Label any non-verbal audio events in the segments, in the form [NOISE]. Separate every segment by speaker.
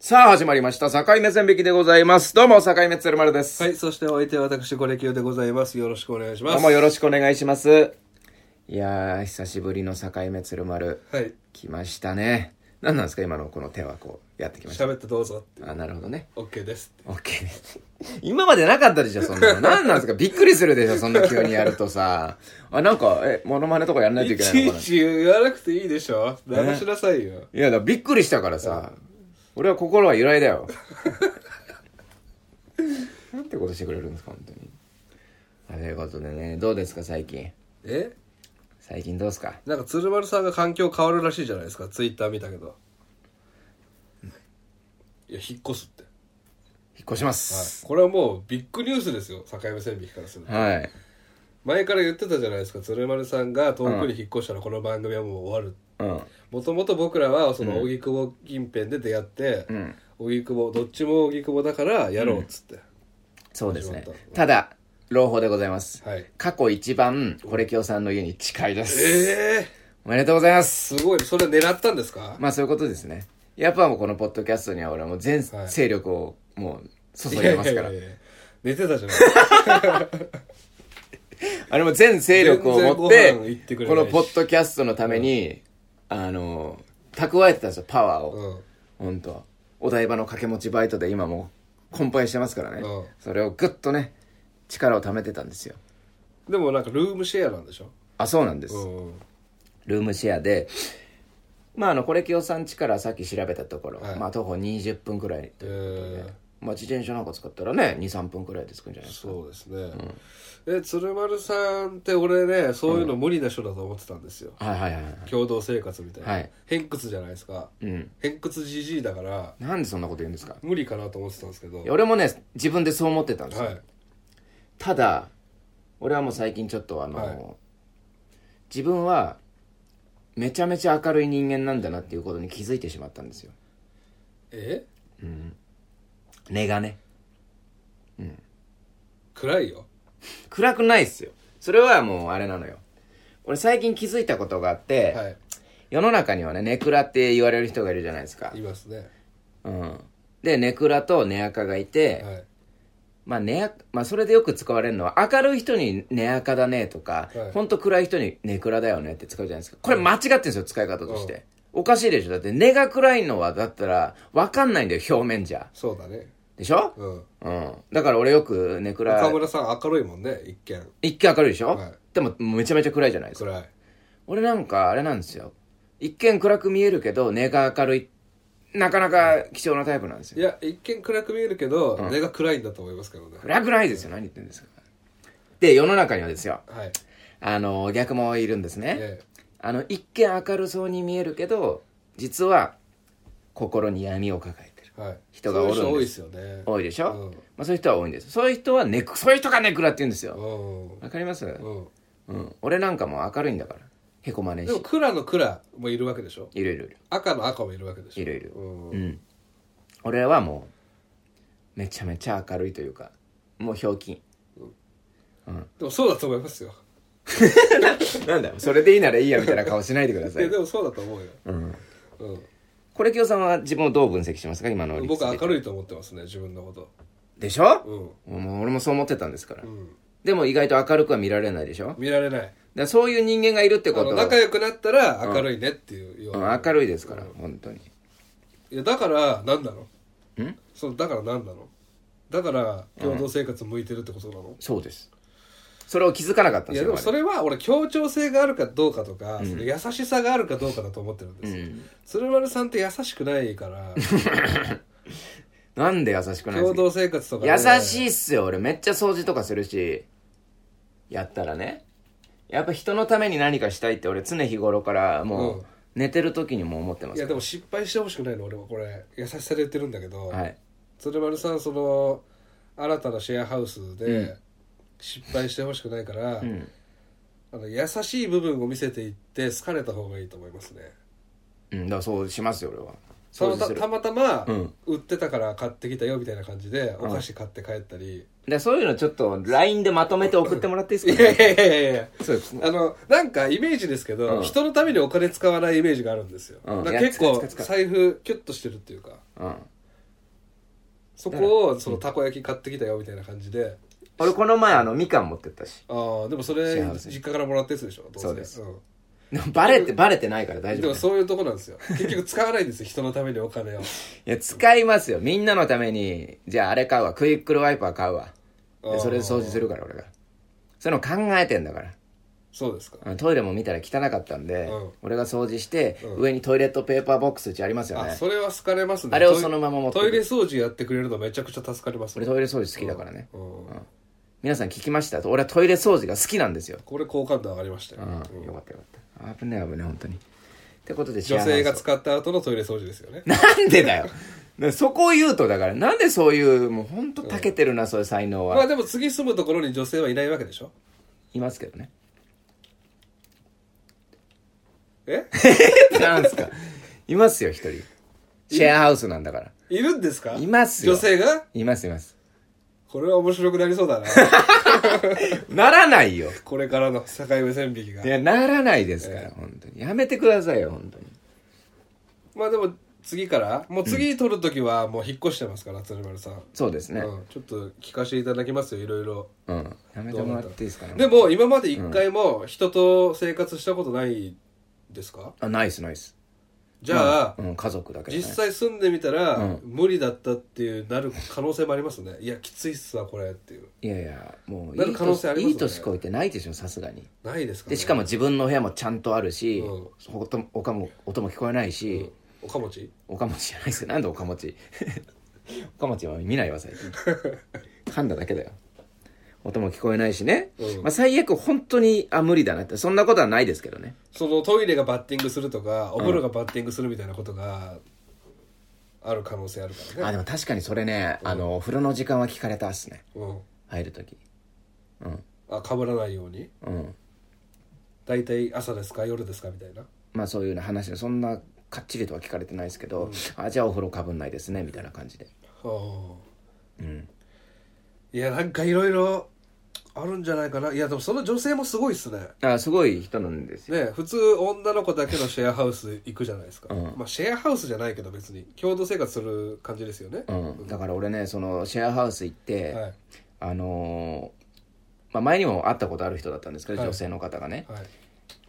Speaker 1: さあ、始まりました。境目線引きでございます。どうも、境目つるまるです。
Speaker 2: はい、そしてお相手は私、コレキヨでございます。よろしくお願いします。
Speaker 1: どうもよろしくお願いします。いやー、久しぶりの境目つるまる。
Speaker 2: はい、
Speaker 1: 来ましたね。何なんですか今のこの手はこう、やってきました。
Speaker 2: 喋ってどうぞって。
Speaker 1: あ、なるほどね。
Speaker 2: OK ですって。
Speaker 1: オッケーです。 [LAUGHS] 今までなかったでしょ、そんなの。何なんですかびっくりするでしょ、そんな急にやるとさ。あ、なんか、え、モノマネとかやんないとい
Speaker 2: い
Speaker 1: けない
Speaker 2: ち
Speaker 1: の
Speaker 2: い
Speaker 1: かな。
Speaker 2: ち言わなくていいでしょ流しなさいよ。
Speaker 1: いや、だからびっくりしたからさ、俺は心は由来だよ。 [LAUGHS] なんてことしてくれるんですか、本当に。あということでね、どうですか、最近。
Speaker 2: え
Speaker 1: 最近どうですか
Speaker 2: なんか鶴丸さんが環境変わるらしいじゃないですか。ツイッター見たけど。いや、引っ越すって。
Speaker 1: 引っ越しま
Speaker 2: はい
Speaker 1: す。。
Speaker 2: これはもうビッグニュースですよ。境目線引きからすると。
Speaker 1: はい。
Speaker 2: 前から言ってたじゃないですか。鶴丸さんが遠くに引っ越したらこの番組はもう終わ
Speaker 1: う
Speaker 2: る。
Speaker 1: ん。
Speaker 2: もともと僕らはその荻窪近辺で出会って、
Speaker 1: うん。
Speaker 2: 荻窪どっちも荻窪だからやろうっつって、
Speaker 1: そうですね
Speaker 2: 始まっ。
Speaker 1: ただ、朗報でございます。
Speaker 2: はい
Speaker 1: 過去一番、コレキオさんの家に近いです。
Speaker 2: ええ
Speaker 1: おめでとうございます。
Speaker 2: すごいそれ狙ったんですか、
Speaker 1: まあそういうことですね。やっぱもうこのポッドキャストには俺はもう全
Speaker 2: はい
Speaker 1: 勢力をもう注いでますから
Speaker 2: い。やいやいや寝てたじゃない
Speaker 1: [LAUGHS] あれも全勢力を持って、
Speaker 2: 全然ご飯行ってくれ
Speaker 1: こ
Speaker 2: ない
Speaker 1: の
Speaker 2: し
Speaker 1: ポッドキャストのために、あの、蓄えてたんですよ、パワーを。
Speaker 2: うん
Speaker 1: ほんと。お台場の掛け持ちバイトで今もう、困憊してますからね。
Speaker 2: うん
Speaker 1: それをぐっとね、力を貯めてたんですよ。
Speaker 2: でもなんかルームシェアなんでしょ
Speaker 1: あ、そうなんです。
Speaker 2: うん
Speaker 1: ルームシェアで、まああの、これ清さん家からさっき調べたところ、
Speaker 2: はい
Speaker 1: まあ徒歩20分くらいと
Speaker 2: え
Speaker 1: いう。
Speaker 2: ー、
Speaker 1: まあ自転車なんか使ったらね、2、3分くらいで着くんじゃないですか。
Speaker 2: そうですね、え鶴丸さんって俺ねそういうの無理な人だと思ってたんですよ、
Speaker 1: はいはいはいはい。
Speaker 2: 共同生活みたいな、
Speaker 1: はい
Speaker 2: 偏屈じゃないですか、
Speaker 1: うん。
Speaker 2: 偏屈じじいだから
Speaker 1: なんでそんなこと言うんですか
Speaker 2: 無理かなと思ってたんですけど
Speaker 1: いや俺もね、自分でそう思ってたんですよ。
Speaker 2: はい
Speaker 1: ただ俺はもう最近ちょっとあの、
Speaker 2: はい
Speaker 1: 自分はめちゃめちゃ明るい人間なんだなっていうことに気づいてしまったんですよ
Speaker 2: え
Speaker 1: 根がね
Speaker 2: 暗いよ
Speaker 1: 暗くないっすよそれはもうあれなのよ俺最近気づいたことがあって、
Speaker 2: はい
Speaker 1: 世の中にはねネクラって言われる人がいるじゃないですか
Speaker 2: いますね
Speaker 1: うんでネクラとネアカがいて、
Speaker 2: はい
Speaker 1: まあネアまあ、それでよく使われるのは明るい人にネアカだねとか、
Speaker 2: はい
Speaker 1: ほんと暗い人にネクラだよねって使うじゃないですかこれ間違ってるんですよ使い方として、おかしいでしょだって根が暗いのはだったら分かんないんだよ表面じゃ
Speaker 2: そうだね
Speaker 1: でしょ、
Speaker 2: うん
Speaker 1: うん、だから俺よくネク
Speaker 2: 岡
Speaker 1: ラ
Speaker 2: 村さん明るいもんね一見
Speaker 1: 一見明るいでしょ、
Speaker 2: はい
Speaker 1: でもめちゃめちゃ暗いじゃないですか
Speaker 2: 暗い
Speaker 1: 俺なんかあれなんですよ一見暗く見えるけど根が明るいなかなか貴重なタイプなんですよ
Speaker 2: いや一見暗く見えるけど、根が暗いんだと思いますけどね
Speaker 1: 暗くないですよ何言ってんですかで世の中にはですよ
Speaker 2: はい
Speaker 1: あの逆もいるんですね、
Speaker 2: え
Speaker 1: あの一見明るそうに見えるけど実は心に闇を抱えてる
Speaker 2: えはい
Speaker 1: 人がおるんです
Speaker 2: そういう人多いですよね
Speaker 1: 多いでしょ、
Speaker 2: うん
Speaker 1: まあ、そういう人は多いんですそういう人はネクそういう人がネクラって言うんですよ
Speaker 2: う
Speaker 1: わかります、
Speaker 2: んうん
Speaker 1: うん、俺なんかもう明るいんだからへこまねえ
Speaker 2: でも
Speaker 1: し
Speaker 2: 暗の暗もいるわけでしょ
Speaker 1: いるいる
Speaker 2: 赤の赤もいるわけでしょ
Speaker 1: いるいるいる
Speaker 2: うん
Speaker 1: うん俺はもうめちゃめちゃ明るいというかもうひょうきん [LAUGHS]
Speaker 2: でもそうだと思いますよ
Speaker 1: なんだよそれでいいならいいやみたいな顔しないでくだ
Speaker 2: い
Speaker 1: さ
Speaker 2: や
Speaker 1: い
Speaker 2: でもそうだと思うよ
Speaker 1: うん
Speaker 2: うん
Speaker 1: これきよさんは自分をどう分析しますか今の
Speaker 2: 僕明
Speaker 1: い
Speaker 2: るいと思ってますね自分のこと
Speaker 1: でしょ、
Speaker 2: うん
Speaker 1: もう俺もそう思ってたんですから、
Speaker 2: うん
Speaker 1: でも意外と明るくは見られないでしょ
Speaker 2: 見られない
Speaker 1: だからそういう人間がいるって
Speaker 2: あ
Speaker 1: こ
Speaker 2: の
Speaker 1: と
Speaker 2: 仲良くなったら明るいねっていうような
Speaker 1: うん明るいですから、本当に
Speaker 2: いやだから何なの
Speaker 1: ん
Speaker 2: そうだから何なのだから共同生活向いてるってことなの、
Speaker 1: そうですそれを気づかなかったん
Speaker 2: い
Speaker 1: で
Speaker 2: や
Speaker 1: す
Speaker 2: で
Speaker 1: よ
Speaker 2: もそれは俺協調性があるかどうかとか、その優しさがあるかどうかだと思ってるんですよ、鶴丸さんって優しくないから
Speaker 1: [LAUGHS] なんで優しくないん
Speaker 2: 共
Speaker 1: です
Speaker 2: 同生活とか、
Speaker 1: か優し
Speaker 2: い
Speaker 1: いっすよ俺めっちゃ掃除とかするしやったらねやっぱ人のために何かしたいって俺常日頃からも
Speaker 2: う
Speaker 1: うん寝てる時にも思ってま
Speaker 2: い
Speaker 1: す
Speaker 2: や
Speaker 1: か
Speaker 2: で
Speaker 1: ら
Speaker 2: も失敗してほしくないの俺はこれ優しさで言ってるんだけど、
Speaker 1: はい
Speaker 2: 鶴丸さんその新たなシェアハウスで失敗してほしくないから、
Speaker 1: ん
Speaker 2: あの優しい部分を見せていって好かれた方がいいと思いますね
Speaker 1: うんだからそうしますよ俺は
Speaker 2: た
Speaker 1: 掃
Speaker 2: ま
Speaker 1: 除す
Speaker 2: た
Speaker 1: る
Speaker 2: たまたま
Speaker 1: うん
Speaker 2: 売ってたから買ってきたよみたいな感じでお菓子買って帰ったり、
Speaker 1: でそういうのちょっと LINE でまとめて送ってもらっていいです
Speaker 2: い
Speaker 1: か、
Speaker 2: やいやいやいやいや
Speaker 1: そうですね
Speaker 2: あのなんかイメージですけど、
Speaker 1: うん
Speaker 2: 人のためにお金使わないイメージがあるんですよ、
Speaker 1: うん
Speaker 2: だから結
Speaker 1: いや
Speaker 2: 構
Speaker 1: 使う使う使
Speaker 2: 財布キュッとしてるっていうか
Speaker 1: うん
Speaker 2: そこをそのたこ焼き買ってきたよみたいな感じで、
Speaker 1: 俺この前あのみかん持ってったし
Speaker 2: ああでもそれ
Speaker 1: 幸せ
Speaker 2: 実家からもらったやつでしょどうせ
Speaker 1: そうです [LAUGHS]
Speaker 2: ん
Speaker 1: バレてバレてないから大
Speaker 2: で
Speaker 1: 丈
Speaker 2: も
Speaker 1: 夫ね
Speaker 2: そういうとこなんですよ結局使わないんですよ人のためにお金を
Speaker 1: いや使いますよみんなのためにじゃああれ買うわクイックルワイパー買うわ
Speaker 2: あ
Speaker 1: で
Speaker 2: ー
Speaker 1: それで掃除するから俺がそういうの考えてんだから
Speaker 2: そうですか
Speaker 1: あのトイレも見たら汚かったんで、
Speaker 2: うん
Speaker 1: 俺が掃除して、
Speaker 2: うん
Speaker 1: 上にトイレットペーパーボックスうちありますよ
Speaker 2: あ
Speaker 1: ね
Speaker 2: それは好かれますね
Speaker 1: あれをそのまま持ってく
Speaker 2: トイレ掃除やってくれるのめちゃくちゃ助かります
Speaker 1: 俺
Speaker 2: ね
Speaker 1: トイレ掃除好きだからね、
Speaker 2: うん
Speaker 1: 皆さん聞きました俺はトイレ掃除が好きなんですよ、
Speaker 2: これ好感度上がりましたよ、
Speaker 1: うん、よかったよかった危ねえ危ねえ本当にってことで
Speaker 2: 女性が
Speaker 1: 幸
Speaker 2: 使った後のトイレ掃除ですよね
Speaker 1: せ [LAUGHS] なんでだよなそこを言うとだからなんでそういうもう本当たけてるな、そういう才能は、
Speaker 2: まあでも次住むところに女性はいないわけでしょ
Speaker 1: いますけどね
Speaker 2: え
Speaker 1: なんですかいますよ一人シェアハウスなんだから
Speaker 2: いるんですか
Speaker 1: いますよ
Speaker 2: 女性が
Speaker 1: いますいます
Speaker 2: これは面白くなりそうだな
Speaker 1: [LAUGHS] ならないよ
Speaker 2: これからの境目線引きが
Speaker 1: いやならないですから、本当にやめてくださいよ本当に
Speaker 2: まあでも次からもう次取る時はもう引っ越してますから鶴丸さん、
Speaker 1: そうですね
Speaker 2: うん、ちょっと聞かせていただきますよいろいろ
Speaker 1: うん、やめてもらっていいですかね
Speaker 2: でも今まで一回も人と生活したことないですか、
Speaker 1: あナイスナイス
Speaker 2: じゃあ、
Speaker 1: うん、家族だけど、ね、
Speaker 2: 実際住んでみたら、無理だったっていうなる可能性もありますねいやきついっすわこれっていう
Speaker 1: いやいやもうい,、
Speaker 2: ないる可能性ありますよ
Speaker 1: い
Speaker 2: ね
Speaker 1: い年こいてないでしょさすがに
Speaker 2: ないですか、ね、
Speaker 1: でしかも自分の部屋もちゃんとあるし、
Speaker 2: うん
Speaker 1: 音も音も音も聞こえないし、
Speaker 2: おかもち
Speaker 1: おかもちじゃないですよなんでおかもち [LAUGHS] おかもちは見ないわ最近噛んだだけだよ音も聞こえないしね、
Speaker 2: うん
Speaker 1: まあ、最悪本当にあ無理だなってそんなことはないですけどね
Speaker 2: そのトイレがバッティングするとかお風呂がバッティングするみたいなことがある可能性あるからね、
Speaker 1: あでも確かにそれね、あのお風呂の時間は聞かれたっすね
Speaker 2: うん、
Speaker 1: 入る時うん
Speaker 2: あかぶらないように
Speaker 1: うん
Speaker 2: 大体朝ですか夜ですかみたいな
Speaker 1: まあそういうような話でそんなかっちりとは聞かれてないですけど、あじゃあお風呂かぶんないですねみたいな感じで
Speaker 2: は
Speaker 1: う
Speaker 2: あ
Speaker 1: ん
Speaker 2: いやなんかいろいろあるんじゃないかないやでもその女性もすごいっすね
Speaker 1: あすごい人なんですよ
Speaker 2: ね普通女の子だけのシェアハウス行くじゃないですか、
Speaker 1: うん
Speaker 2: まあシェアハウスじゃないけど別に共同生活する感じですよね、
Speaker 1: うん、だから俺ねそのシェアハウス行って、
Speaker 2: はい
Speaker 1: あのーまあ、前にも会ったことある人だったんですけど、
Speaker 2: はい
Speaker 1: 女性の方がね
Speaker 2: はい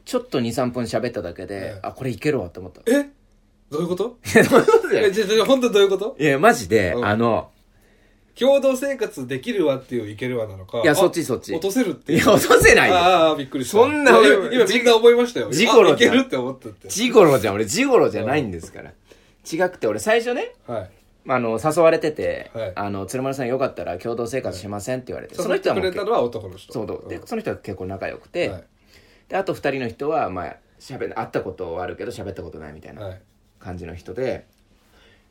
Speaker 1: ちょっと23分喋っただけで、
Speaker 2: はい
Speaker 1: あこれいけるわって思った
Speaker 2: えどういうこと
Speaker 1: いやどういうことだよ
Speaker 2: えじゃじゃ本当どういうこと
Speaker 1: いやマジで、
Speaker 2: うん
Speaker 1: あの
Speaker 2: 共同生活できるわっていういけるわなのか
Speaker 1: いや
Speaker 2: あ
Speaker 1: そっちそっち
Speaker 2: 落とせるって
Speaker 1: い
Speaker 2: いう
Speaker 1: や落とせないよ
Speaker 2: あああびっくりした
Speaker 1: そんない
Speaker 2: や
Speaker 1: 俺
Speaker 2: 今みんな思いましたよ
Speaker 1: ジゴロ
Speaker 2: あいけるって思ったって
Speaker 1: ジゴロじゃん俺ジゴロじゃないんですから、違くて俺最初ね
Speaker 2: はい
Speaker 1: まあ、あの誘われてて、
Speaker 2: はい
Speaker 1: あの鶴丸さんよかったら共同生活しませんって言われて、その
Speaker 2: 誘っ
Speaker 1: 人
Speaker 2: て
Speaker 1: はも
Speaker 2: く
Speaker 1: う
Speaker 2: れたのは男の人
Speaker 1: そうそうでその人は結構仲良くて、
Speaker 2: はい
Speaker 1: であと2人の人は、まあ、しゃべ会ったことはあるけど喋ったことないみたいな
Speaker 2: はい
Speaker 1: 感じの人で、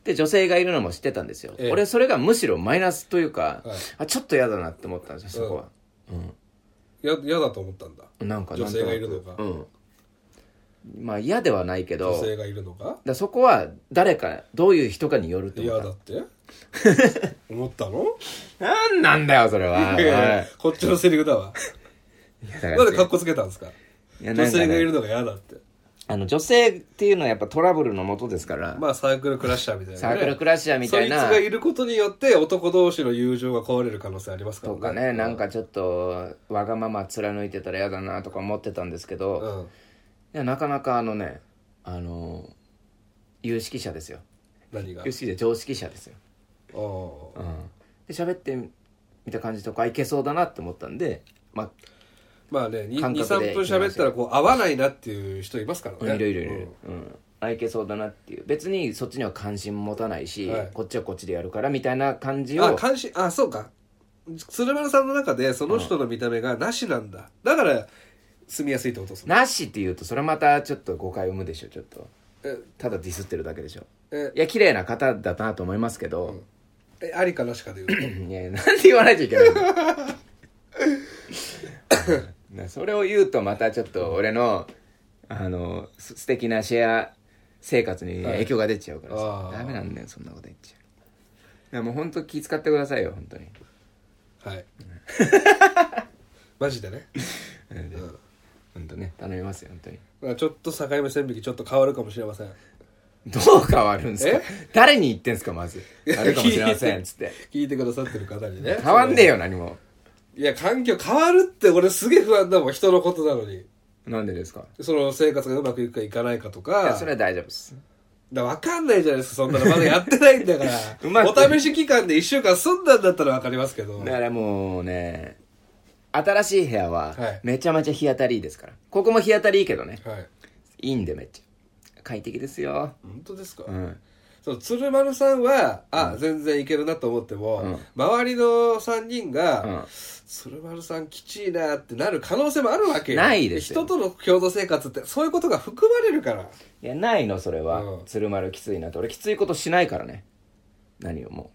Speaker 1: で女性がいるのも知ってたんですよ、
Speaker 2: ええ
Speaker 1: 俺それがむしろマイナスというか、
Speaker 2: はい
Speaker 1: あちょっと嫌だなって思ったんですよそこは、
Speaker 2: や嫌だと思ったんだ
Speaker 1: なんか
Speaker 2: 女
Speaker 1: なんとな
Speaker 2: 性
Speaker 1: く
Speaker 2: がいるのか
Speaker 1: うんまあ嫌ではないけど
Speaker 2: 女性がいるのが
Speaker 1: だからそこは誰かどういう人かによると思
Speaker 2: 嫌
Speaker 1: った
Speaker 2: だって思ったの
Speaker 1: なんなんだよそれは
Speaker 2: [LAUGHS] いやい
Speaker 1: は
Speaker 2: やこっちのセリフだわ
Speaker 1: いいやだから
Speaker 2: なんでカッコつけたんですか
Speaker 1: いや
Speaker 2: 女
Speaker 1: なんかね
Speaker 2: 性がいるのが嫌だって
Speaker 1: あの女性っていうのはやっぱトラブルのもとですから、
Speaker 2: まあサークルクラッシャーみたいなね
Speaker 1: サークルクラッシャーみたいな
Speaker 2: そいつがいることによって男同士の友情が壊れる可能性ありますから
Speaker 1: とかねなんかちょっとわがまま貫いてたら嫌だなとか思ってたんですけど、
Speaker 2: う
Speaker 1: い
Speaker 2: ん
Speaker 1: やなかなかあのねあの有識者ですよ
Speaker 2: 何が
Speaker 1: 有識者常識者ですよ、
Speaker 2: お
Speaker 1: うん、で喋ってみた感じとかいけそうだなって思ったんでまあ
Speaker 2: まあね
Speaker 1: 感覚で
Speaker 2: 23分喋ったらこう合わないなっていう人いますからね
Speaker 1: いろいろいろいろ、うんあいけそうだなっていう別にそっちには関心持たないし、
Speaker 2: はい
Speaker 1: こっちはこっちでやるからみたいな感じ
Speaker 2: うんあ
Speaker 1: を
Speaker 2: 関心あそうか鶴丸さんの中でその人の見た目がなしなんだだから住みやすいってことですね
Speaker 1: なしって言うとそれまたちょっと誤解生むでしょちょっと
Speaker 2: え
Speaker 1: ただディスってるだけでしょ
Speaker 2: え
Speaker 1: いや綺麗な方だなと思いますけど、
Speaker 2: えありかなしかで言うと
Speaker 1: いやなんで言わなきゃいけないの
Speaker 2: [LAUGHS]
Speaker 1: なそれを言うとまたちょっと俺のあのす素敵なシェア生活に影響が出ちゃうからさ、
Speaker 2: あー
Speaker 1: ダメなんだよそんなこと言っちゃういやもう本当気遣ってくださいよ本当に
Speaker 2: はいマジでね
Speaker 1: 本当ね頼みますよ本当に
Speaker 2: まあちょっと境目線引きちょっと変わるかもしれません
Speaker 1: どう変わるんですか
Speaker 2: え
Speaker 1: 誰に言ってんすかま
Speaker 2: [LAUGHS]
Speaker 1: ずあれかもしれませんっつって
Speaker 2: 聞いてくださってる方にね
Speaker 1: [LAUGHS] 変わんねえよ何も
Speaker 2: いや環境変わるって俺すげえ不安だもん人のことなのに
Speaker 1: なんでですか
Speaker 2: その生活がうまくいくかいかないかと
Speaker 1: い
Speaker 2: か
Speaker 1: やそれは大丈夫です
Speaker 2: だから分かんないじゃないですかそんなのまだやってないんだから
Speaker 1: [LAUGHS] うまく
Speaker 2: お試し期間で1週間住んだんだったら分かりますけど
Speaker 1: だからもうね新しい部屋は
Speaker 2: はい
Speaker 1: めちゃめちゃ日当たりいいですからここも日当たりいいけどね
Speaker 2: はい
Speaker 1: いいんでめっちゃ快適ですよ
Speaker 2: 本当ですか、
Speaker 1: うん
Speaker 2: その鶴丸さんはあ、全然いけるなと思っても、
Speaker 1: うん
Speaker 2: 周りの3人が、
Speaker 1: うん
Speaker 2: 鶴丸さんきちいなってなる可能性もあるわけよ
Speaker 1: ないですよ
Speaker 2: 人との共同生活ってそういうことが含まれるから
Speaker 1: いやないのそれは、
Speaker 2: うん
Speaker 1: 鶴丸きついなって俺きついことしないからね何をもう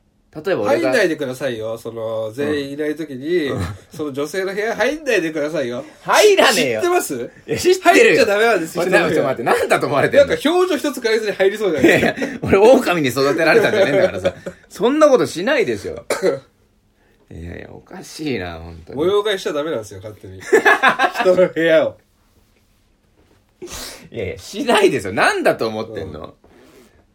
Speaker 1: 例えば俺
Speaker 2: 入ん
Speaker 1: が
Speaker 2: ないでくださいよその全員いない時に、 [LAUGHS] その女性の部屋入んないでくださいよ
Speaker 1: 入らねえよ
Speaker 2: 知ってます
Speaker 1: いや知ってる
Speaker 2: 入っ
Speaker 1: よ
Speaker 2: ちゃダメなんですよ
Speaker 1: 俺なんかちょっと待って何だと思われて
Speaker 2: なん
Speaker 1: ん
Speaker 2: か
Speaker 1: の
Speaker 2: 表情一つ変えずに入りそうじゃ
Speaker 1: い
Speaker 2: ない
Speaker 1: や
Speaker 2: で
Speaker 1: い
Speaker 2: すか
Speaker 1: や俺狼に育てられたんじゃねえんだからさそんなことしないです
Speaker 2: [LAUGHS]
Speaker 1: よいやいやおかしいな本当
Speaker 2: 模
Speaker 1: に
Speaker 2: 様替えしちゃダメなんですよ勝手に人の部屋を
Speaker 1: いやいやしないですよ何だと思ってんの、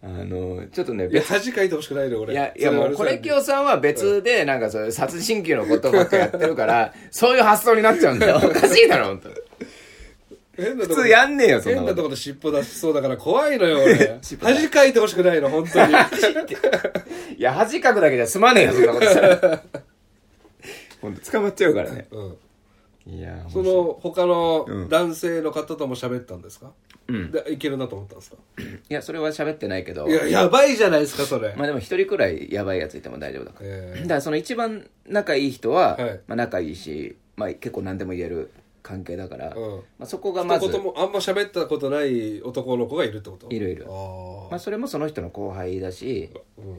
Speaker 1: あのちょっとね
Speaker 2: いや
Speaker 1: 別
Speaker 2: 恥かいてほしくないの俺
Speaker 1: いやいやもうこれ今日さんは別でなんかそういう殺人鬼のことばっかやってるから [LAUGHS] そういう発想になっちゃ [LAUGHS] うんだよおかしいだろ本当
Speaker 2: 変なとこ
Speaker 1: 普通やんねえよそんな
Speaker 2: 変
Speaker 1: こ
Speaker 2: な
Speaker 1: と
Speaker 2: とこで尻尾出しそうだから怖いのよ俺
Speaker 1: [LAUGHS] 尻尾出
Speaker 2: 恥かいてほしくないの本当に
Speaker 1: いや、恥かくだけじゃ済まねえよ、そんなことした [LAUGHS] ら。ほんと、捕まっ [LAUGHS] ちゃうからね。
Speaker 2: うん
Speaker 1: いや、
Speaker 2: そ
Speaker 1: 面白い、
Speaker 2: の他の男性の方とも喋ったんですか、
Speaker 1: うん
Speaker 2: でいけるなと思ったんですか
Speaker 1: いや、それは喋ってないけど
Speaker 2: い、ややばいじゃないですかそれ、
Speaker 1: まあでも一人くらいやばいやついても大丈夫だから。
Speaker 2: え
Speaker 1: だからその一番仲いい人は、
Speaker 2: はい
Speaker 1: まあ仲いいし、まあ結構何でも言える関係だから、
Speaker 2: うん
Speaker 1: まあそこが
Speaker 2: ー、
Speaker 1: まず
Speaker 2: 一、言もあんま喋ったことない男の子がいるってこと
Speaker 1: いるいる
Speaker 2: あー
Speaker 1: まあそれもその人の後輩だし、
Speaker 2: うん
Speaker 1: ま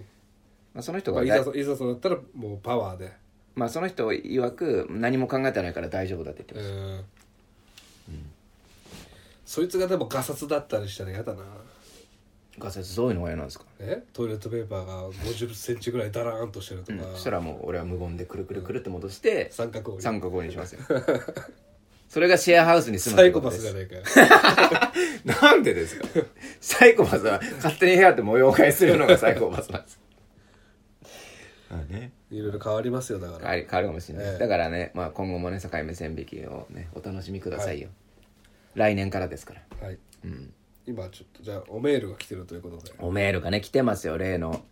Speaker 1: あその人が
Speaker 2: まあ、い
Speaker 1: だい、
Speaker 2: ざそいざそうだったらもうパワーで、
Speaker 1: まあその人曰く何も考えてないから大丈夫だって言って
Speaker 2: え
Speaker 1: まし
Speaker 2: ーそいつがでもガサツだったりしたら嫌だな
Speaker 1: た。ガサツどういうのが嫌なんですか
Speaker 2: えトイレットペーパーが5 0ンチぐらいダラーンとしてると
Speaker 1: う
Speaker 2: か、
Speaker 1: ん、そしたらもう俺は無言でくるくるくるって戻して、
Speaker 2: 三角折り
Speaker 1: 三角にしますよそれがシェアハウスに住む
Speaker 2: サイコパスじゃ
Speaker 1: ね
Speaker 2: ない
Speaker 1: [LAUGHS]
Speaker 2: かよ
Speaker 1: なんでですかサイコパスは勝手に部屋って模様替えするのがサイコパスなんです
Speaker 2: [LAUGHS]
Speaker 1: あね
Speaker 2: いろいろ変わりますよだから、
Speaker 1: 変わる変わるかもしれない、
Speaker 2: ええ
Speaker 1: だからね、まあ、今後もね境目線引きをねお楽しみくださいよ、来年からですから
Speaker 2: はい、
Speaker 1: うん
Speaker 2: 今ちょっとじゃあおメールが来てるということで
Speaker 1: おメールがね来てますよ例の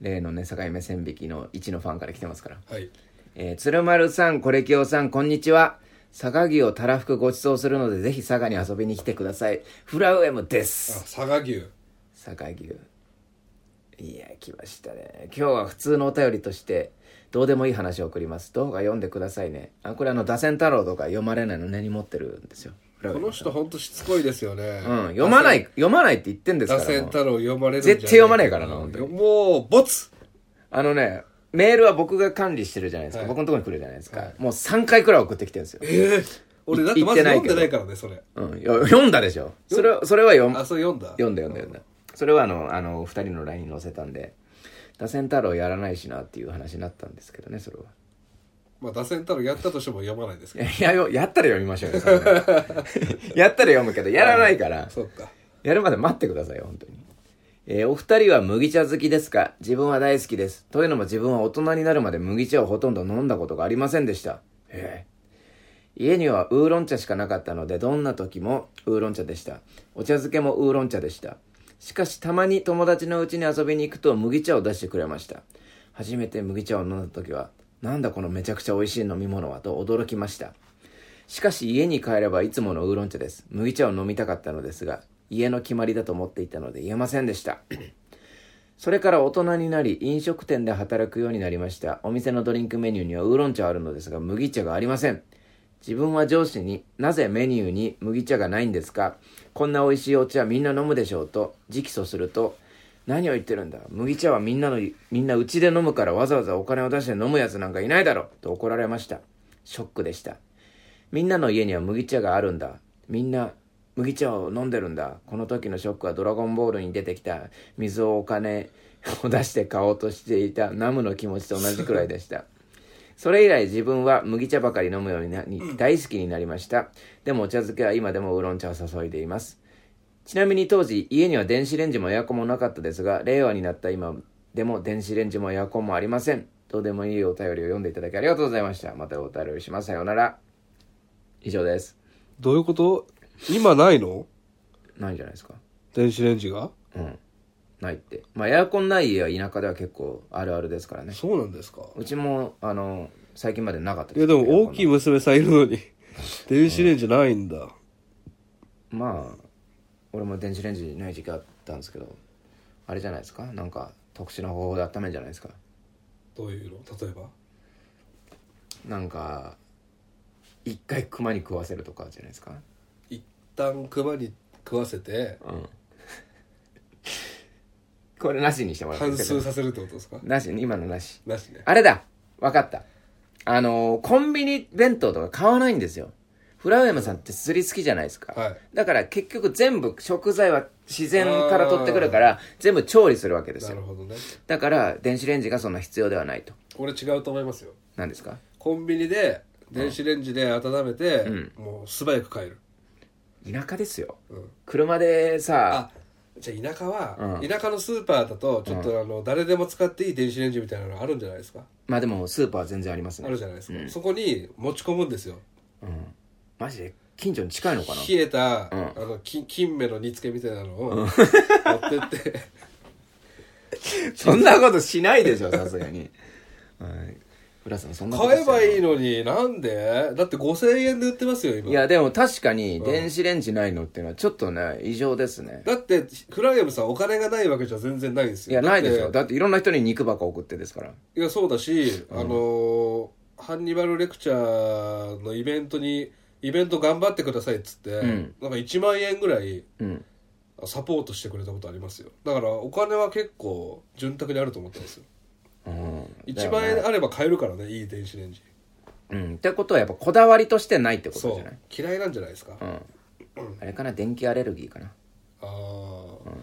Speaker 1: 例のね境目線引きの一のファンから来てますから
Speaker 2: はい
Speaker 1: えー、鶴丸さん、これきよさん、こんにちは。佐賀牛をたらふくご馳走するので、ぜひ佐賀に遊びに来てください。フラウエムで
Speaker 2: あ
Speaker 1: す。
Speaker 2: 佐賀牛
Speaker 1: 佐賀牛。いや、来ましたね。今日は普通のお便りとして、どうでもいい話を送ります。動画読んでくださいね。あ、これあの、打線太郎とか読まれないの根に持ってるんですよ。フラウエ
Speaker 2: こ
Speaker 1: ム
Speaker 2: の人ほんとしつこいですよね
Speaker 1: うん、読まない、読まないって言ってんです
Speaker 2: 打
Speaker 1: から
Speaker 2: 線
Speaker 1: もう
Speaker 2: 太郎読まれるんじゃ
Speaker 1: 絶対読まねえからな本当に
Speaker 2: もうボツ
Speaker 1: あのね、メールは僕が管理してるじゃないですか。
Speaker 2: はい
Speaker 1: 僕のところに来るじゃないですか。もう3回くらい送ってきてるんですよ。
Speaker 2: ええ俺だってまず
Speaker 1: 言ってない
Speaker 2: 読ん
Speaker 1: け
Speaker 2: で
Speaker 1: ど
Speaker 2: ないからねそれ
Speaker 1: うん、よ読んだでしょそれはそれは読む
Speaker 2: あそれ読んだ
Speaker 1: 読んだ読んだ読んだそれはあのあの2人の LINE に載せたんで「打線太郎やらないしな」っていう話になったんですけどねそれは
Speaker 2: まあ打線太郎やったとしても読まないですけ
Speaker 1: いやよやったら読みましょうよそんなのやったら読むけどやらないから
Speaker 2: どそっか
Speaker 1: やるまで待ってくださいよ本当に、えーお二人は麦茶好きですか自分は大好きですというのも自分は大人になるまで麦茶をほとんど飲んだことがありませんでしたへえ家にはウーロン茶しかなかったのでどんな時もウーロン茶でしたお茶漬けもウーロン茶でしたしかしたまに友達の家に遊びに行くと麦茶を出してくれました初めて麦茶を飲んだ時はなんだこのめちゃくちゃ美味しい飲み物はと驚きましたしかし家に帰ればいつものウーロン茶です麦茶を飲みたかったのですが家の決まりだと思っていたので言えませんでした [CLEARS THROAT] それから大人になり飲食店で働くようになりましたお店のドリンクメニューにはウーロン茶はあるのですが麦茶がありません自分は上司になぜメニューに麦茶がないんですかこんな美味しいお茶みんな飲むでしょうと直訴すると何を言ってるんだ麦茶はみんなのみんなうちで飲むからわざわざお金を出して飲むやつなんかいないだろうと怒られましたショックでしたみんなの家には麦茶があるんだ。みんな麦茶を飲んでるんだ。この時のショックはドラゴンボールに出てきた水をお金 [LAUGHS] を出して買おうとしていたナムの気持ちと同じくらいでした。それ以来自分は麦茶ばかり飲むようになり大好きになりました。でもお茶漬けは今でもウーロン茶を注いでいます。ちなみに当時、家には電子レンジもエアコンもなかったですが、令和になった今でも電子レンジもエアコンもありません。どうでもいいお便りを読んでいただきありがとうございました。またお便りします。さようなら。以上です。
Speaker 2: どういうこと今ないの
Speaker 1: ないんじゃないですか。
Speaker 2: 電子レンジが
Speaker 1: うん。ないって。まあ、エアコンない家は田舎では結構あるあるですからね。
Speaker 2: そうなんですか
Speaker 1: うちも、あの、最近までなかった
Speaker 2: いやでも大きい
Speaker 1: い。
Speaker 2: 娘さんいるのに電子レンジないんだ、
Speaker 1: まあ、俺も電子レンジない時期あったんですけど、あれじゃないですか。なんか、特殊な方法で温めるんじゃないですか。
Speaker 2: どういうの例えば
Speaker 1: なんか一回熊に食わせるとかじゃないですか
Speaker 2: 一旦熊に食わせて
Speaker 1: うんこれなしにしてもらっていい
Speaker 2: 反
Speaker 1: ですか
Speaker 2: 数させるってことですか
Speaker 1: なし今のなし
Speaker 2: なしね
Speaker 1: あれだわかったあのーコンビニ弁当とか買わないんですよフラウエムさんってすり好きじゃないですか、
Speaker 2: はい
Speaker 1: だから結局全部食材は自然から取ってくるから全部調理するわけです
Speaker 2: なる
Speaker 1: よ
Speaker 2: ほどね
Speaker 1: だから電子レンジがそんな必要ではないと
Speaker 2: 俺違うと思いますよ
Speaker 1: 何ですか
Speaker 2: コンビニで電子レンジで温めて、もう素早く帰る、
Speaker 1: 田舎ですよ、
Speaker 2: うん
Speaker 1: 車でさ
Speaker 2: あじゃあ田舎は、
Speaker 1: う
Speaker 2: 田舎のスーパーだとちょっとあの、誰でも使っていい電子レンジみたいなのあるんじゃないですか
Speaker 1: まあでもスーパーは全然ありますね
Speaker 2: あるじゃないですか、そこに持ち込むんですよ
Speaker 1: うんマジで近所に近いのか
Speaker 2: [LAUGHS]
Speaker 1: な
Speaker 2: 冷えた、
Speaker 1: ん
Speaker 2: あの金金目の煮付けみたいなのを持ってって、
Speaker 1: そんなことしないでしょ、さすがに。 [LAUGHS] はい。浦さん、そ [LAUGHS] んなこと
Speaker 2: 買えばい
Speaker 1: い
Speaker 2: いのになんでだって5000円で売ってますよ今
Speaker 1: いや、でも確かに、電子レンジないのっていうのはちょっとね、異常ですね。
Speaker 2: だってフライアムさんお金がないわけじゃ全然ないです
Speaker 1: いや、
Speaker 2: よ
Speaker 1: ない
Speaker 2: だっ
Speaker 1: です
Speaker 2: て
Speaker 1: よ。だっていろんな人に肉ばっか送ってですから。
Speaker 2: いやそうだし、あのーハンニバルレクチャーのイベントにイベント頑張ってくださいっつって、
Speaker 1: ん
Speaker 2: なんか1万円ぐらい
Speaker 1: うん。
Speaker 2: サポートしてくれたことありますよだからお金は結構潤沢にあると思ってますよ
Speaker 1: うん。
Speaker 2: 1万円あれば買えるからねいい電子レンジ
Speaker 1: うん。ってことはやっぱこだわりとしてないってこと
Speaker 2: そ
Speaker 1: じゃないう
Speaker 2: 嫌いなんじゃないですか、あ
Speaker 1: うん。あれかな、電気アレルギーかな。
Speaker 2: あー、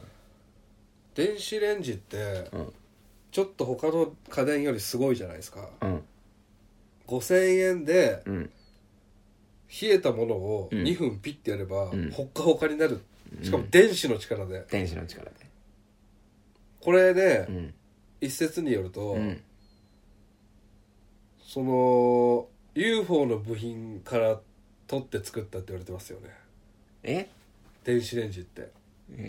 Speaker 2: 電子レンジって、ちょっと他の家電よりすごいじゃないですか
Speaker 1: うん。
Speaker 2: 5000円で
Speaker 1: うん。
Speaker 2: 冷えたものを2分ピッてやれば、ほっかほかになるしかも電子の力で
Speaker 1: 電子の力で。
Speaker 2: これね、
Speaker 1: ん
Speaker 2: 一説によると、
Speaker 1: うん。
Speaker 2: その UFO の部品から取って作ったって言われてますよね
Speaker 1: え
Speaker 2: 電子レンジって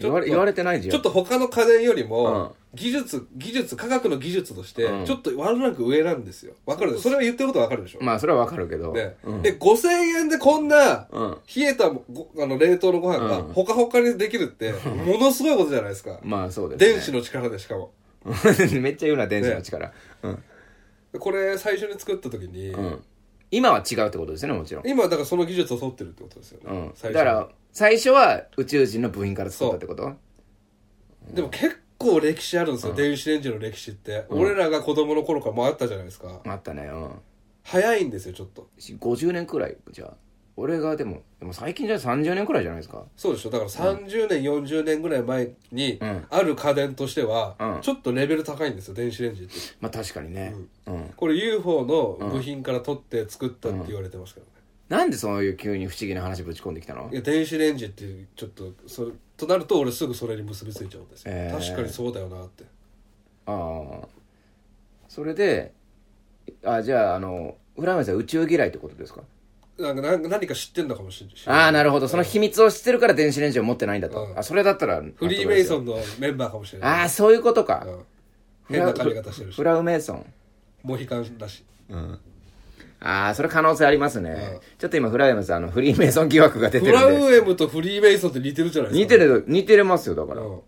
Speaker 1: 言われ言われてないじゃん。
Speaker 2: ちょっと他の家電より
Speaker 1: う
Speaker 2: も、
Speaker 1: ん
Speaker 2: 技術技術科学の技術として、
Speaker 1: うん
Speaker 2: ちょっとワンランク上なんですよわかるそれは言ってることわかるでしょ、
Speaker 1: まあ、それはわかるけど。
Speaker 2: ね
Speaker 1: うん。
Speaker 2: で5000円でこんな、
Speaker 1: うん
Speaker 2: 冷えたもごあの冷凍のご飯が
Speaker 1: うん
Speaker 2: ほかほかにできるって、ものすごいことじゃないですか、
Speaker 1: まあ、そうです、ね。
Speaker 2: 電子の力でしかも
Speaker 1: [LAUGHS] めっちゃ言うな電子の力、うん
Speaker 2: これ最初に作った時に、
Speaker 1: うん、今は違うってことですよねもちろん、
Speaker 2: 今だからその技術を取ってるってことですよね、
Speaker 1: うん、
Speaker 2: 最
Speaker 1: だか
Speaker 2: 初
Speaker 1: ら最初は宇宙人の部品から作ったってこと
Speaker 2: でも結構歴史あるんですよ、電子レンジの歴史って、俺らが子供の頃からもうあったじゃないですか
Speaker 1: あったねうん
Speaker 2: 早いんですよちょっと
Speaker 1: し50年くらいじゃあ俺がでもでも最近じゃ30年くらいじゃないですか
Speaker 2: そうでしょだから30年、40年ぐらい前に
Speaker 1: ん
Speaker 2: ある家電としては、
Speaker 1: うん
Speaker 2: ちょっとレベル高いんですよ電子レンジって
Speaker 1: まあ確かにね、うん
Speaker 2: これ UFO の部品から取って作ったって言われてますけどね、
Speaker 1: なんでそういう急に不思議な話ぶち込んできたの
Speaker 2: いや電子レンジっていうちょっとそれとなると俺すぐそれに結びついちゃうんですよ、
Speaker 1: えー
Speaker 2: 確かにそうだよなって
Speaker 1: ああそれであじゃああの浦山さん宇宙嫌いってことですか
Speaker 2: なんかなんか何か知ってんのかもしれない
Speaker 1: ああなるほどその秘密を知ってるから電子レンジを持ってないんだと、
Speaker 2: うん
Speaker 1: あそれだったら
Speaker 2: フリーメイソ
Speaker 1: ン
Speaker 2: ンのメンバーかもしれない
Speaker 1: ああそういうことか、
Speaker 2: うん変な髪型してるし
Speaker 1: フラウメイソン
Speaker 2: モヒカンだし
Speaker 1: ああそれ可能性ありますね、ちょっと今フラウエムさんあのフリーメイソン疑惑が出てる
Speaker 2: フラ
Speaker 1: んで
Speaker 2: ウエムとフリーメイソンって似てるじゃないですか
Speaker 1: 似てる似てますよだから、
Speaker 2: うん